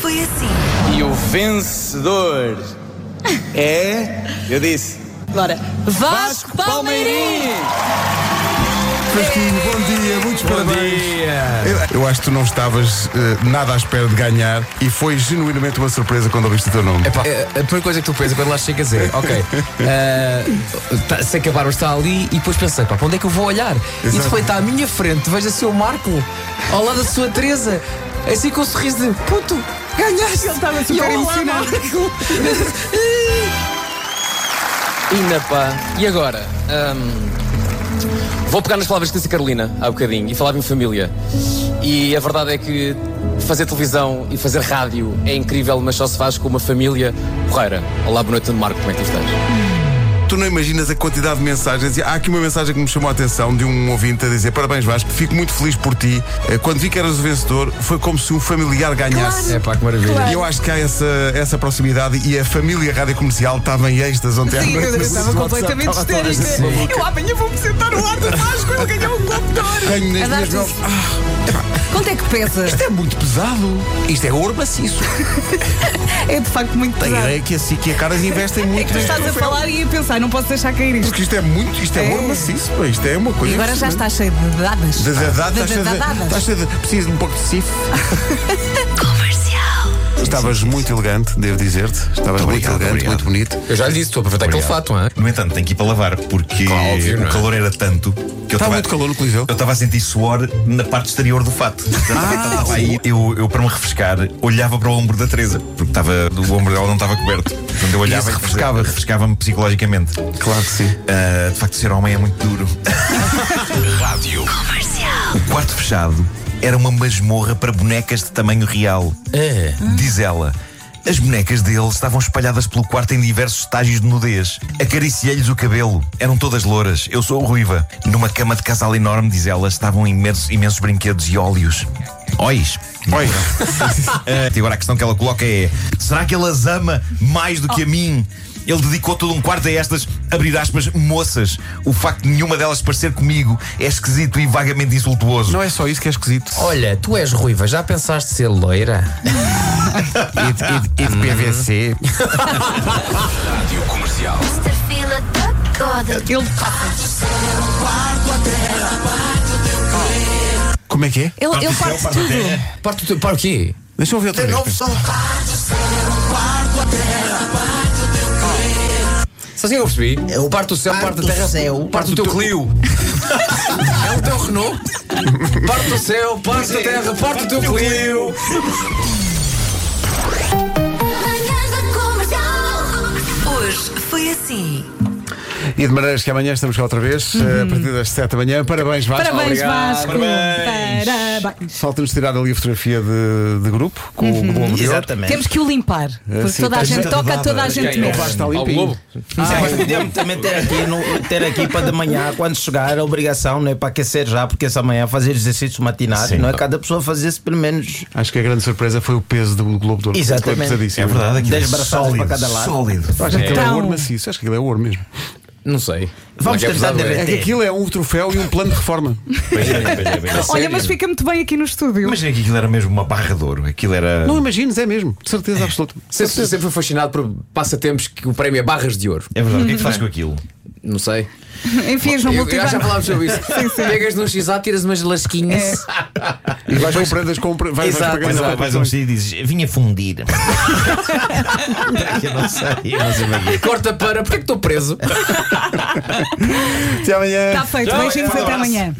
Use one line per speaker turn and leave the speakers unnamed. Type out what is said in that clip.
foi assim.
E o vencedor é. Eu disse.
Bora. Vasco Palmeirim!
Vasquinho, bom dia, muitos parabéns. Eu, eu acho que tu não estavas eh, nada à espera de ganhar e foi genuinamente uma surpresa quando ouviste o teu nome.
É, a primeira coisa que tu pensas quando lá chegas é, ok, ah, tá- sei que a Bárbara está ali e depois pensei, pá, para onde é que eu vou olhar? E de
Exato.
repente está à minha frente, vejo assim o Marco, ao lado da sua Teresa, assim com um sorriso de puto, ganhaste! Ele estava super emocionado. Ina, pá, e agora? Ahm, Vou pegar nas palavras que disse a Carolina há bocadinho e falava em família. E a verdade é que fazer televisão e fazer rádio é incrível, mas só se faz com uma família porreira. Olá, boa noite, Marco, como é que tu estás?
Tu não imaginas a quantidade de mensagens. E Há aqui uma mensagem que me chamou a atenção de um ouvinte a dizer: Parabéns, Vasco, fico muito feliz por ti. Eh, Quando vi que eras o vencedor, foi como se um familiar ganhasse.
É pá, que maravilha.
E eu acho que há essa, essa proximidade e a família rádio comercial estava em êxtase ontem à
Sim,
noite.
eu estava completamente histérica. Eu amanhã vou-me sentar no lado do Vasco, eu ganhei um copo de ouro.
assim. Tenho nas
A
minhas
dar-te-
mãos. Ah,
Quanto é que pesa?
isto é muito pesado. Isto é ouro maciço.
É de facto muito
A
pesado.
ideia é que assim que a caras investem muito
É que tu
neste
estás a
troféu.
falar e a pensar, não posso deixar cair isto.
um Porque isto é muito, isto é,
É.
ouro maciço, pá, isto é uma coisa.
E agora já está cheio de dadas.
De, de, de, de, de,
Dadadadas.
estás cheio de- preciso de um pouco de cif.
Comercial.
Estavas muito elegante, devo dizer-te. Estavas muito
Obrigado,
elegante,
obrigado.
muito bonito.
Eu já lhe disse, estou a aproveitar aquele fato, é? hã?
No entanto, tenho que ir para lavar, porque
Claro, óbvio, não
o
é?
calor era tanto que eu
Estava Tá muito calor no Coliseu. Ah,
Eu estava a sentir suor na parte exterior do fato. Portanto, estava aí, eu, eu, para me refrescar, olhava para o ombro da Teresa, porque estava, o ombro dela não estava coberto. Portanto, eu olhava
isso
e
refrescava.
refrescava-me psicologicamente.
Claro que sim.
Ah, de facto, ser homem é muito duro. Rádio.
Comercial.
O quarto fechado era uma masmorra para bonecas de tamanho real.
É.
Diz ela. As bonecas dele estavam espalhadas pelo quarto em diversos estágios de nudez. Acariciei-lhes o cabelo. Eram todas louras. Eu sou ruiva. Numa cama de casal enorme, diz ela, estavam imensos, imensos brinquedos e óleos. Óis. Óis. Ah, e agora a questão que ela coloca é: será que ele as ama mais do que a mim? Ele dedicou todo um quarto a estas, abrir aspas, moças. O facto de nenhuma delas parecer comigo é esquisito e vagamente insultuoso.
Não é só isso que é esquisito.
Olha, tu és ruiva, já pensaste ser loira?
E de, e de- e de PVC.
Uhum.
Mr. Feel It Toda.
Ele
Como é que é?
Ele, ele parte tudo.
Parte o teu- Para o quê?
Deixa eu ver outra vez.
Sabe o que eu percebi? Eu parte do céu, parte, da terra, parte do teu Clio. é o teu Renault. Parte do céu, parte da terra, parte do teu Clio.
Manhãs da comercial.
Hoje foi assim.
E de maneiras que amanhã estamos cá outra vez, eh, a partir das 7 da manhã. Parabéns, Vasco.
Parabéns, Vasco.
Parabéns.
Parabéns.
Falta-nos tirar ali a fotografia de, de grupo com o Globo de Ouro.
Temos que o limpar. Porque
sim,
toda a
É. tá
gente
já
toca, toda a gente
O
mexe.
Vasco está
Ao
limpinho.
Globo.
Podemos Ah, também ter aqui, no- ter aqui para de manhã, quando chegar, a obrigação não é para aquecer já, porque essa manhã fazer exercício matinado, não é? Cada pessoa fazia-se pelo menos
Acho que a grande surpresa foi o peso do Globo de Ouro.
Exatamente.
Foi pesadíssimo.
É verdade, aquilo
Dez
é
braçadas
sólido,
para cada lado.
Sólido.
Eu Acho que aquilo é
Então-
ouro maciço. Acho que aquilo é ouro mesmo.
Não sei.
Vamos
Não é que é
tentar
pesado, é?
É que
derreter.
aquilo é um troféu e um plano de reforma.
Pois é, pois é, pois é.
Olha, mas fica muito bem aqui no estúdio.
Imagina que aquilo era mesmo uma barra de ouro. Aquilo era.
Não imagines, é mesmo. De certeza absoluta.
Sempre, sempre fui fascinado por passatempos que o prémio é barras de ouro.
É verdade, o que é que faz com aquilo?
Não sei.
Enfias no
Eu- eu já
multibanco.
falámos sobre isso. Pegas num XA, tiras umas
É,
lasquinhas.
E vais comprando as compras. Vais, vais
Exato,
pagando as
Mas
exato.
lá
compras.
vais a um sítio e dizes: vinha fundir. É eu não sei, eu não sei bem o que é.
Corta para, porque é que estou preso?
Até amanhã.
Está feito. tá Beijinhos até amanhã.